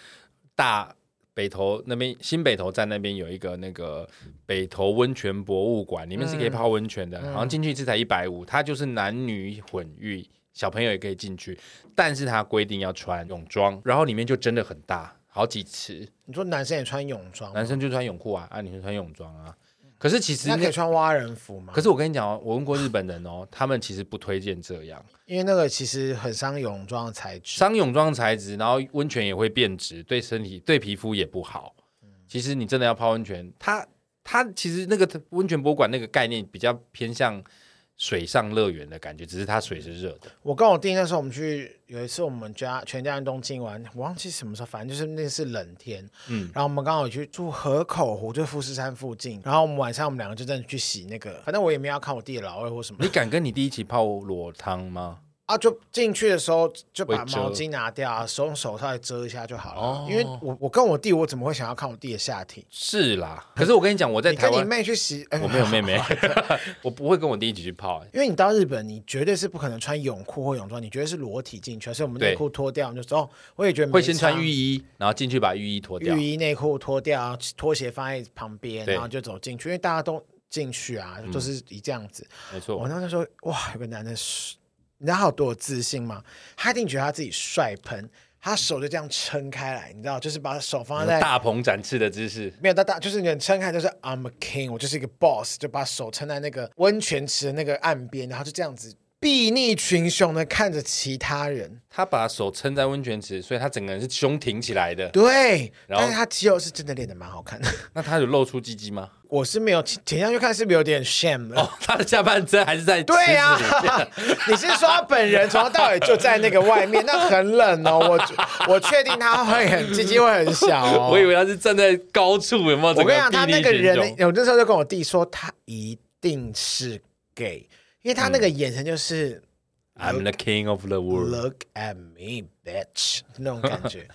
Speaker 2: 大北投那边新北投站那边有一个那个北投温泉博物馆，里面是可
Speaker 1: 嗯
Speaker 2: 以泡温泉的，好像进去一次才一百五，它就是男女混浴。小朋友也可以进去，但是它规定要穿泳装，然后里面就真的很大，好几尺，
Speaker 1: 你说男生也穿泳装，
Speaker 2: 男生就穿泳裤啊，啊，女生穿泳装啊。可是其
Speaker 1: 嗯
Speaker 2: 实
Speaker 1: 那
Speaker 2: 那
Speaker 1: 可以穿蛙人服吗？
Speaker 2: 可是我跟你讲哦，我问过日本人哦，他们其实不推荐这样，
Speaker 1: 因为那个其实很伤泳装的材质。
Speaker 2: 伤泳装材质，然后温泉也会变质，对身体、对皮肤也不好。其实你真的要泡温泉，它它其实那个温泉博物馆那个概念比较偏向水上乐园的感觉，只是它水是热
Speaker 1: [LAUGHS]
Speaker 2: 的。
Speaker 1: 我跟我弟那时候我们去有一次我们家全家人东京玩，我忘记什么时候，反正就是那是冷天，嗯，然后我们刚好去住河口湖，就富士山附近，然后我们晚上我们两个就真的去洗那个，反正我也没有要看我弟的老二或什么
Speaker 2: 你敢跟你弟一起泡裸汤吗？
Speaker 1: 啊，就进去的时候就把
Speaker 2: 会遮
Speaker 1: 毛巾拿掉啊，手用手套来遮一下就好了，
Speaker 2: 哦
Speaker 1: 因为我我跟我弟我怎么会想要看我弟的下体？
Speaker 2: 是
Speaker 1: [LAUGHS]
Speaker 2: 啦，可是我跟你讲，我在
Speaker 1: 你
Speaker 2: 台
Speaker 1: 跟你
Speaker 2: 湾，
Speaker 1: 妹去洗，哎
Speaker 2: 我没有
Speaker 1: [LAUGHS]
Speaker 2: 妹妹，我不会跟我弟一起去泡、
Speaker 1: 因为你到日本，你绝对是不可能穿泳裤或泳装，你绝对是裸体进去，所以我们内
Speaker 2: 对
Speaker 1: 裤脱掉，我们就说哦，我也觉得没
Speaker 2: 会先穿
Speaker 1: 差
Speaker 2: 浴衣，然后进去把浴衣脱掉
Speaker 1: 浴。衣、内裤脱掉，啊拖鞋放在旁边，
Speaker 2: 对嗯
Speaker 1: 然后就走进去，因为大家都进去啊，都是以这样子。
Speaker 2: 没错
Speaker 1: 我，那时候哇，有个男的是，你知道他有多有自信吗？他一定觉得他自己帅喷，他手就这样撑开来，你知道，就是把手放在。
Speaker 2: 大鹏展翅的姿势。
Speaker 1: 没有到大，就是你很撑开，就是 I'm a king，我就是一个 boss，就把手撑在那个温泉池的那个岸边，然后就这样子睥睨群雄的看着其他人。
Speaker 2: 他把手撑在温泉池，所以他整个人是胸挺起来的。
Speaker 1: 对，
Speaker 2: 然后
Speaker 1: 但是他肌肉是真的练得蛮好看的。
Speaker 2: 那他有露出鸡鸡吗？
Speaker 1: 我是没有潜下去看，是不是有点 shame 了？
Speaker 2: 哦， [LAUGHS] 他的下半身还是在
Speaker 1: 对啊呀、
Speaker 2: 池子里
Speaker 1: [LAUGHS] 你是说他本人从头到尾就在那个外面，那很冷哦。
Speaker 2: [LAUGHS]
Speaker 1: 我我确定他会很鸡鸡会很小哦。
Speaker 2: 我以为他是站在高处，有没有？
Speaker 1: 我跟你讲，他那个人，
Speaker 2: 整个
Speaker 1: 我那时候就跟我弟说，他一定是 gay，因为他那
Speaker 2: 嗯
Speaker 1: 个眼神就是、
Speaker 2: I'm the king of the world。
Speaker 1: Look at me, bitch，那种感
Speaker 2: [LAUGHS]
Speaker 1: 觉。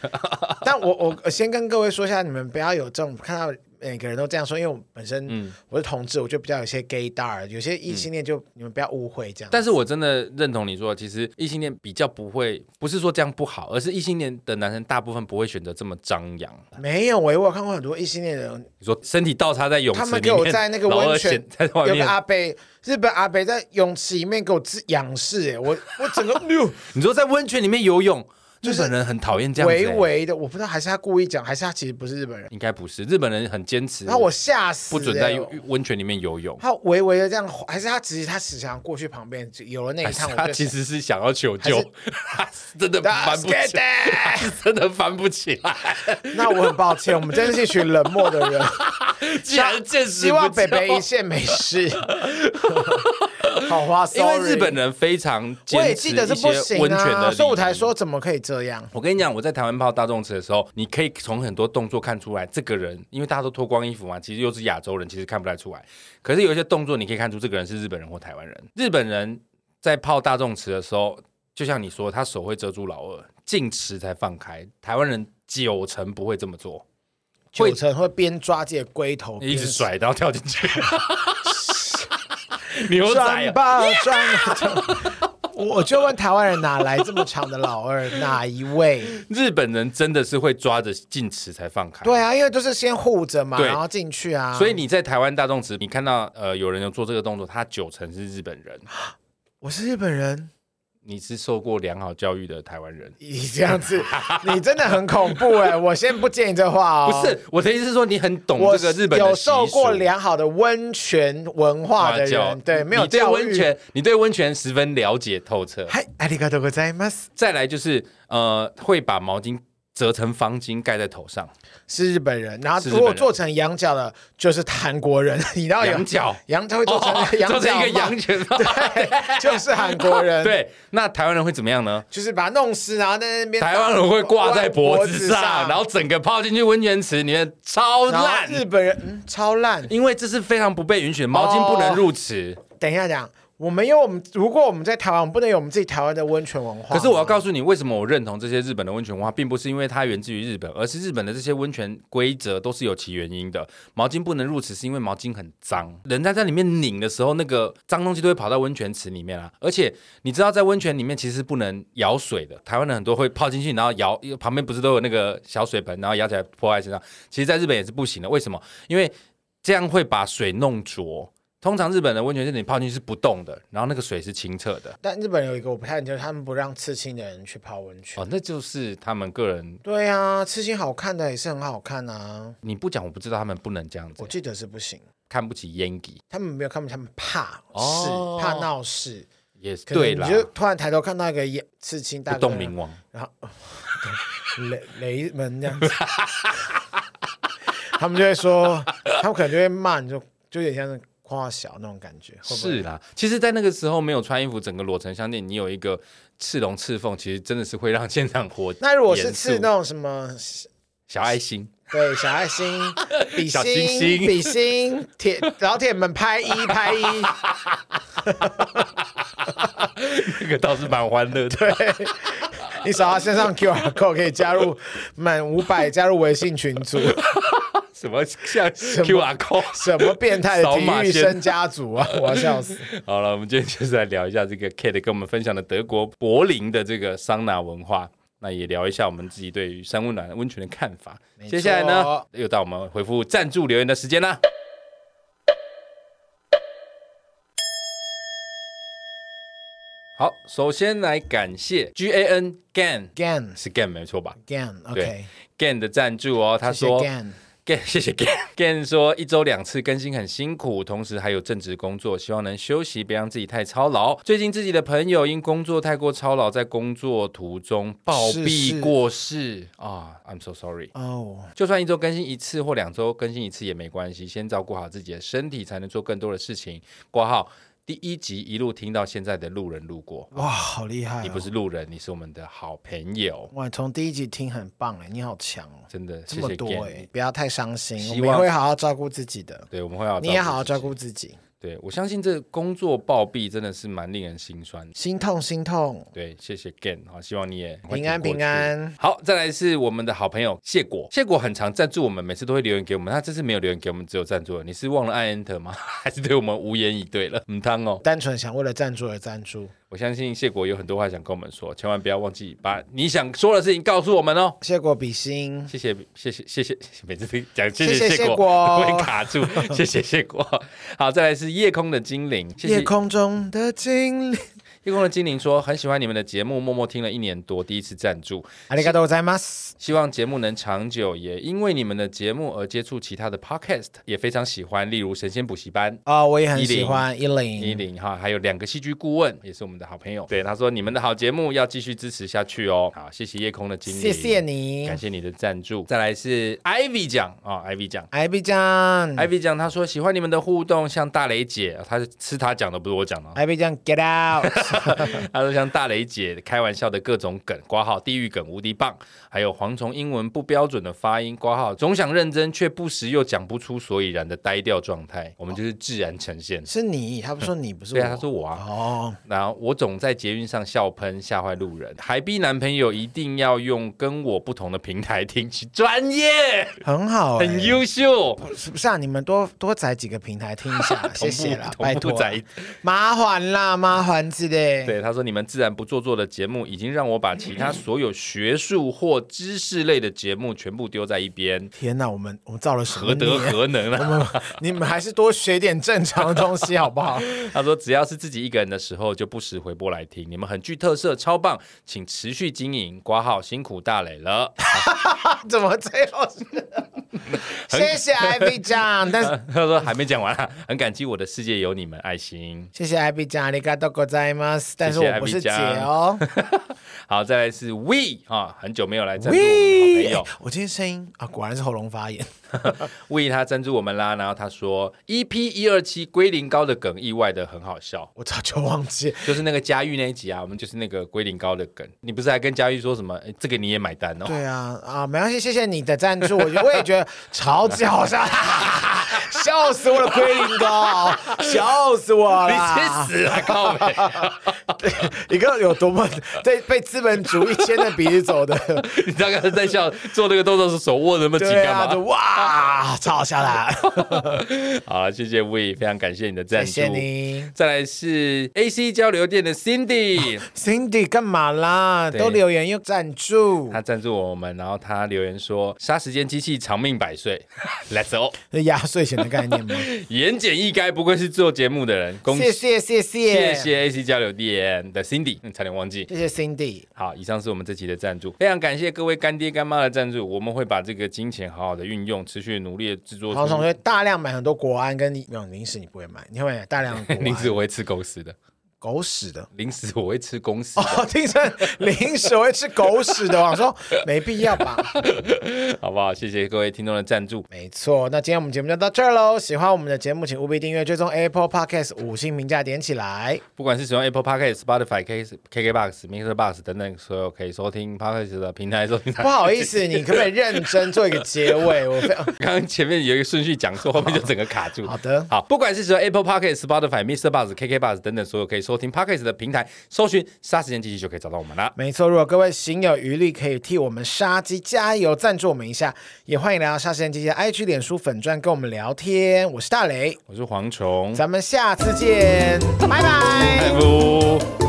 Speaker 1: 但我我我先跟各位说一下，你们不要有这种看到每个人都这样说，因为我本
Speaker 2: 嗯
Speaker 1: 身我是同志，我就比较有些 gay 大儿，有些异性恋就、你们不要误会这样。
Speaker 2: 但是我真的认同你说的，其实异性恋比较不会，不是说这样不好，而是异性恋的男生大部分不会选择这么张扬。
Speaker 1: 没有，我有看过很多异性恋人，
Speaker 2: 你说身体倒插在泳池
Speaker 1: 他
Speaker 2: 里
Speaker 1: 们
Speaker 2: 面，
Speaker 1: 给我在那个
Speaker 2: 然后
Speaker 1: 温泉
Speaker 2: 显在外
Speaker 1: 有个
Speaker 2: 面，
Speaker 1: 阿北，日本阿北在泳池里面给我自仰视，哎，
Speaker 2: [LAUGHS]
Speaker 1: 我我整个六
Speaker 2: 你说在温泉里面游泳，
Speaker 1: 就是
Speaker 2: 日本人很讨厌这样子、
Speaker 1: 微
Speaker 2: 欸。
Speaker 1: 微的，我不知道还是他故意讲，还是他其实不是日本人。
Speaker 2: 应该不是，日本人很坚持，
Speaker 1: 然后我吓死、
Speaker 2: 不
Speaker 1: 哎
Speaker 2: 准在温泉里面游泳。
Speaker 1: 他微微的这样，还是他其实他只想过去旁边，有了那一
Speaker 2: 还是
Speaker 1: 趟，我
Speaker 2: 哎他
Speaker 1: 就
Speaker 2: 其实是想要求救
Speaker 1: 还是，
Speaker 2: 他是
Speaker 1: [LAUGHS]
Speaker 2: [LAUGHS] 真的翻不起来，他是 [LAUGHS] 真的翻不起来。
Speaker 1: [LAUGHS] 那我很抱歉，我们真是一群冷漠的
Speaker 2: [LAUGHS]
Speaker 1: 人。
Speaker 2: 既然见识
Speaker 1: 希望
Speaker 2: 不
Speaker 1: 北
Speaker 2: 救 [LAUGHS]
Speaker 1: 北一切没事。好花，
Speaker 2: 因为
Speaker 1: sorry
Speaker 2: 日本人非常
Speaker 1: 我也
Speaker 2: 坚持
Speaker 1: 记
Speaker 2: 一
Speaker 1: 得是不
Speaker 2: 些
Speaker 1: 行
Speaker 2: 温泉的
Speaker 1: 啊，
Speaker 2: 礼仪，
Speaker 1: 所以我才说怎么可以这样。
Speaker 2: 我跟你讲，我在台湾泡大众池的时候，你可以从很多动作看出来，这个人因为大家都脱光衣服嘛，其实又是亚洲人，其实看不太出来。可是有一些动作，你可以看出这个人是日本人或台湾人。日本人在泡大众池的时候，就像你说，他手会遮住老二，进池才放开。台湾人九成不会这么做，会
Speaker 1: 九成会边抓自己的龟头，
Speaker 2: 一直
Speaker 1: 边
Speaker 2: 甩刀跳进去。 [LAUGHS] 牛仔
Speaker 1: 转
Speaker 2: 啊，
Speaker 1: 吧转转。 [LAUGHS] 我就问台湾人哪来这么长的老二？哪一位？
Speaker 2: 日本人真的是会抓着进池才放开。
Speaker 1: 对啊，因为都是先护着嘛，
Speaker 2: 对
Speaker 1: 然后进去啊。
Speaker 2: 所以你在台湾大众池，你看到呃有人有做这个动作，他九成是日本人，
Speaker 1: 我是日本人，
Speaker 2: 你是受过良好教育的台湾人。
Speaker 1: 你这样子， [LAUGHS] 你真的很恐怖哎、我先不建议这话哦。
Speaker 2: 不是，我的意思是说，你很懂
Speaker 1: 我
Speaker 2: 这个日本的
Speaker 1: 有
Speaker 2: 习俗
Speaker 1: 受过良好的温泉文化的
Speaker 2: 啊教
Speaker 1: 人，对，没有
Speaker 2: 你对
Speaker 1: 教育
Speaker 2: 温。泉，你对温泉十分了解
Speaker 1: [LAUGHS]
Speaker 2: 透彻。
Speaker 1: 嗨，ありがとうございます。
Speaker 2: 再来就是呃，会把毛巾折成方巾盖在头上，
Speaker 1: 是日本人，然后
Speaker 2: 是日
Speaker 1: 如
Speaker 2: 本
Speaker 1: 果
Speaker 2: 人
Speaker 1: 做成羊角的，就是韩国人。你知道有
Speaker 2: 羊角，
Speaker 1: 羊，哎他会做成
Speaker 2: 哦
Speaker 1: 羊角
Speaker 2: 做成一
Speaker 1: 帽
Speaker 2: 个羊角
Speaker 1: [LAUGHS]
Speaker 2: 帽。
Speaker 1: 对，就是韩国
Speaker 2: [LAUGHS]
Speaker 1: 人，，
Speaker 2: 对，那台湾人会怎么样呢？
Speaker 1: 就是把它弄湿，然后在那边
Speaker 2: 台湾人会挂在
Speaker 1: [LAUGHS]
Speaker 2: 脖子上，
Speaker 1: 上，
Speaker 2: 然后整个泡进去温泉池里面，超
Speaker 1: 然后
Speaker 2: 烂。
Speaker 1: 日本人嗯超烂。
Speaker 2: 因为这是非常不被允许的，毛巾不能入池。
Speaker 1: 等一下讲，我们有我们，如果我们在台湾，我们不能有我们自己台湾的温泉文化。
Speaker 2: 可是我要告诉你，为什么我认同这些日本的温泉文化，并不是因为它源自于日本，而是日本的这些温泉规则都是有其原因的。毛巾不能入池，是因为毛巾很脏，人家在里面拧的时候，那个脏东西都会跑到温泉池里面啊。而且你知道，在温泉里面其实不能舀水的，台湾人很多会泡进去，然后舀，旁边不是都有那个小水盆，然后舀起来泼在身上。其实，在日本也是不行的，为什么？因为这样会把水弄浊。通常日本的温泉是你泡进去是不动的，然后那个水是清澈的。
Speaker 1: 但日本有一个我不太理解，他们不让刺青的人去泡温泉。
Speaker 2: 哦，那就是他们个人，
Speaker 1: 对啊，刺青好看的也是很好看啊，
Speaker 2: 你不讲我不知道他们不能这样子
Speaker 1: 我，记得是不行。
Speaker 2: 看不起 Yankee
Speaker 1: 他们没有看不起，他们怕事，
Speaker 2: 哦
Speaker 1: 怕闹事。
Speaker 2: 也是
Speaker 1: 可能
Speaker 2: 对啦
Speaker 1: 你，就突然抬头看到一个眼刺青大
Speaker 2: 不
Speaker 1: 哥
Speaker 2: 动明王，
Speaker 1: 然后雷雷门那样子， [LAUGHS] 他们就会说，他们可能就会骂你就，就有点像是夸小那种感觉，会不会
Speaker 2: 是啦。其实，在那个时候没有穿衣服，整个裸成相见，你有一个赤龙赤凤，其实真的是会让现场火。
Speaker 1: 那如果是
Speaker 2: 严肃
Speaker 1: 刺那种什么，
Speaker 2: 小爱心，
Speaker 1: 对小爱
Speaker 2: [LAUGHS]
Speaker 1: 心、比
Speaker 2: 小
Speaker 1: 心、
Speaker 2: 星星
Speaker 1: 比心、铁老铁们拍一拍
Speaker 2: [LAUGHS]
Speaker 1: 一，
Speaker 2: 这个倒是蛮欢乐的。
Speaker 1: 你扫他身上 QR code 可以加入满五百加入微信群组，
Speaker 2: 什么像 QR code？
Speaker 1: 什么变态的
Speaker 2: 扫
Speaker 1: 体
Speaker 2: 码
Speaker 1: 育
Speaker 2: 先
Speaker 1: 生家族啊，我要笑死。
Speaker 2: [LAUGHS] 好了，我们今天就是来聊一下这个 Kate 跟我们分享的德国柏林的这个桑拿文化，那也聊一下我们自己对于三温暖温泉的看法。
Speaker 1: 没错
Speaker 2: 接下来呢，又到我们回复赞助留言的时间啦。好，首先来感谢 G A N Gan
Speaker 1: Gan
Speaker 2: 是 Gan 没错吧
Speaker 1: Gan
Speaker 2: 对
Speaker 1: OK，
Speaker 2: ？Gan 的赞助哦，他
Speaker 1: 谢谢
Speaker 2: 说
Speaker 1: Gan。
Speaker 2: Gan，谢谢 Gan。Gan 说一周两次更新很辛苦，同时还有正职工作，希望能休息，别让自己太操劳。最近自己的朋友因工作太过操劳，在工作途中暴
Speaker 1: 是
Speaker 2: 毙
Speaker 1: 是
Speaker 2: 过世啊、i m so sorry。
Speaker 1: 哦，
Speaker 2: 就算一周更新一次或两周更新一次也没关系，先照顾好自己的身体，才能做更多的事情。挂号第一集一路听到现在的路人路过，
Speaker 1: 哇，好厉害、哦！
Speaker 2: 你不是路人，你是我们的好朋友，
Speaker 1: 哇，从第一集听很棒哎，你好强哦，
Speaker 2: 真的
Speaker 1: 这
Speaker 2: 谢
Speaker 1: 么
Speaker 2: 谢
Speaker 1: 多
Speaker 2: Gan
Speaker 1: 哎。，不要太伤心，
Speaker 2: 希
Speaker 1: 我
Speaker 2: 望
Speaker 1: 们也会好好照顾自己的，
Speaker 2: 对，我们会好，
Speaker 1: 你也好好照。顾自己，
Speaker 2: 对我相信这工作暴毙真的是蛮令人心酸的。
Speaker 1: 心痛心痛，
Speaker 2: 对，谢谢 Gan，好，希望你也
Speaker 1: 平安
Speaker 2: 快点过去
Speaker 1: 平安。
Speaker 2: 好，再来是我们的好朋友谢果，谢果很常赞助我们，每次都会留言给我们。他这次没有留言给我们，只有赞助了。你是忘了按 Enter 吗？ [LAUGHS] 还是对我们无言以对了？嗯，汤哦，
Speaker 1: 单纯想为了赞助而赞助。
Speaker 2: 我相信谢果有很多话想跟我们说，千万不要忘记把你想说的事情告诉我们哦。
Speaker 1: 谢果比心，
Speaker 2: 谢谢谢谢谢 [LAUGHS] 谢，每次都讲谢
Speaker 1: 谢谢
Speaker 2: 谢
Speaker 1: 谢
Speaker 2: 果
Speaker 1: 果
Speaker 2: 都会卡住，谢谢谢果。好，再来是夜空的精灵，谢谢 [LAUGHS]
Speaker 1: 夜空中的精灵，
Speaker 2: 夜空的精灵说很喜欢你们的节目，默默听了一年多，第一次赞助，
Speaker 1: ありがとうございます。
Speaker 2: 希望节目能长久，也因为你们的节目而接触其他的 podcast，也非常喜欢，例如神仙补习班。
Speaker 1: 哦，我也很
Speaker 2: 一
Speaker 1: 喜
Speaker 2: 零
Speaker 1: 欢一
Speaker 2: 一
Speaker 1: 零，
Speaker 2: 零哈，还有两个戏剧顾问，也是我们的好朋友。对，他说你们的好节目要继续支持下去哦。好，谢谢夜空的精灵，
Speaker 1: 谢谢你
Speaker 2: 感谢你的赞助。再来是 Ivy 奖啊、i v y 奖。
Speaker 1: 艾比酱，
Speaker 2: Ivy 讲，他说喜欢你们的互动，像大雷姐，她是是她讲的，不是我讲的哦。
Speaker 1: 艾比酱，get out！
Speaker 2: 他说像大雷姐开玩笑的各种梗，挂号地狱梗无敌棒，还有蝗虫英文不标准的发音，挂号总想认真却不时又讲不出所以然的呆掉状态，我们就是自然呈现。
Speaker 1: 是你，他不说你，不是
Speaker 2: 对
Speaker 1: 我，
Speaker 2: 啊，他说我啊，
Speaker 1: 哦，
Speaker 2: 然后我总在捷运上笑喷，吓坏路人，还逼男朋友一定要用跟我不同的平台听起，专业，
Speaker 1: 很好欸，
Speaker 2: 很优秀，
Speaker 1: 是不是啊？你们多多载几个平台听一下， [LAUGHS] 谢谢啦，
Speaker 2: [LAUGHS]
Speaker 1: 哎
Speaker 2: 同
Speaker 1: 拜
Speaker 2: 步
Speaker 1: 托
Speaker 2: 同步，在
Speaker 1: 麻烦啦，麻烦之类。
Speaker 2: 对，他说你们自然不做作的节目，已经让我把其他所有学术或知识类的节目全部丢在一边，
Speaker 1: 天哪，我们我们造了什么
Speaker 2: 何德
Speaker 1: 孽？
Speaker 2: 何能啊？
Speaker 1: [LAUGHS] 你们还是多学点正常的东西好不好？
Speaker 2: [LAUGHS]
Speaker 1: [LAUGHS]
Speaker 2: 他说只要是自己一个人的时候，就不时回播来听，你们很具特色，超棒，请持续经营，挂号辛苦大磊了。 [LAUGHS]
Speaker 1: 怎么最后是？谢谢艾比酱，但是 [LAUGHS]
Speaker 2: 他说还没讲完啊，很感激我的世界有你们，爱心。 [LAUGHS]
Speaker 1: 谢谢艾比酱，ありがとうございます。但是我不是姐
Speaker 2: [LAUGHS]
Speaker 1: 哦。
Speaker 2: 好，再来是 We 啊，很久没有来赞助我们的好朋
Speaker 1: 喂哎
Speaker 2: 友，
Speaker 1: 我今天声音啊，果然是喉咙发炎。
Speaker 2: We 他赞助我们啦，然后他说 EP 一二七龟苓膏的梗意外的很好笑。
Speaker 1: 我早就忘记，
Speaker 2: 就是那个佳玉那一集啊，我们就是那个龟苓膏的梗。你不是还跟佳玉说什么？哎诶这个你也买单哦。
Speaker 1: 对啊啊，没关系，谢谢你的赞助，我 [LAUGHS] 觉得我也觉得超级好笑， [LAUGHS] 笑死我了，龟苓膏，啊笑死我了，[LAUGHS]
Speaker 2: [LAUGHS] 你去死啊！靠北！
Speaker 1: 一个有多么在被资本主义牵着鼻子走的，
Speaker 2: [LAUGHS] 你刚刚在笑做那个动作是手握那么紧
Speaker 1: 对啊，
Speaker 2: 干
Speaker 1: 就
Speaker 2: 嘛？
Speaker 1: 哇，超好笑的，
Speaker 2: [LAUGHS] 好啊，谢谢 We，非常感谢你的 [LAUGHS] 赞
Speaker 1: 谢
Speaker 2: 助。
Speaker 1: 谢你
Speaker 2: 再来是 AC 交流店的 Cindy，
Speaker 1: ，Cindy 干嘛啦？
Speaker 2: 对
Speaker 1: 都留言又赞助
Speaker 2: 她，赞助我们，然后她留言说：“杀时间机器长命百
Speaker 1: [LAUGHS]
Speaker 2: 岁，Let's go！
Speaker 1: 是压岁钱的概念吗？
Speaker 2: 言简意赅，不愧是做节目的人， [LAUGHS] 恭
Speaker 1: 谢
Speaker 2: 喜
Speaker 1: 谢谢
Speaker 2: 谢
Speaker 1: 谢
Speaker 2: 谢 AC 交流店的 Cindy，嗯，差点忘记。
Speaker 1: 谢谢 Cindy，
Speaker 2: 好，以上是我们这期的赞助，非常感谢各位干爹干妈的赞助，我们会把这个金钱好好的运用，持续努力的制作
Speaker 1: 黄
Speaker 2: 出
Speaker 1: 同学大量买很多国安跟没有零食，你不会买，你会买大量的国
Speaker 2: [LAUGHS] 零食
Speaker 1: 安
Speaker 2: 我会吃狗屎的，
Speaker 1: 狗屎的。
Speaker 2: 零食我会吃公屎的，
Speaker 1: 哦， [LAUGHS] 听成零食我会吃狗屎的，我说没必要吧。
Speaker 2: [LAUGHS] 好不好？谢谢各位听众的赞助。
Speaker 1: 没错，那今天我们节目就到这儿喽。喜欢我们的节目，请务必订阅、追踪 Apple Podcast 五星评价点起来。
Speaker 2: 不管是使用 Apple Podcast、Spotify、K KK Box、Mixer Box 等等所有可以收听 Podcast 的平台收听台 [LAUGHS]
Speaker 1: 不。好意思，你可不可以认真做一个结尾？我非哦常
Speaker 2: 刚刚前面有一个顺序讲错，后面就整个卡住。
Speaker 1: 好的
Speaker 2: 好，不管是使用 Apple Podcast、Spotify、Mixer Box、KK Box 等等所有可以收听 Podcast 的平台，搜寻“杀时间机器”就可以找到我们啦。
Speaker 1: 没错，如果各位行有余力，可以替我们杀鸡加油，赞助我们一下，也欢迎来到杀时间机器的 IG、脸书粉专跟我们聊天。我是大雷，
Speaker 2: 我是蝗虫，
Speaker 1: 咱们下次见，拜拜
Speaker 2: 拜。拜。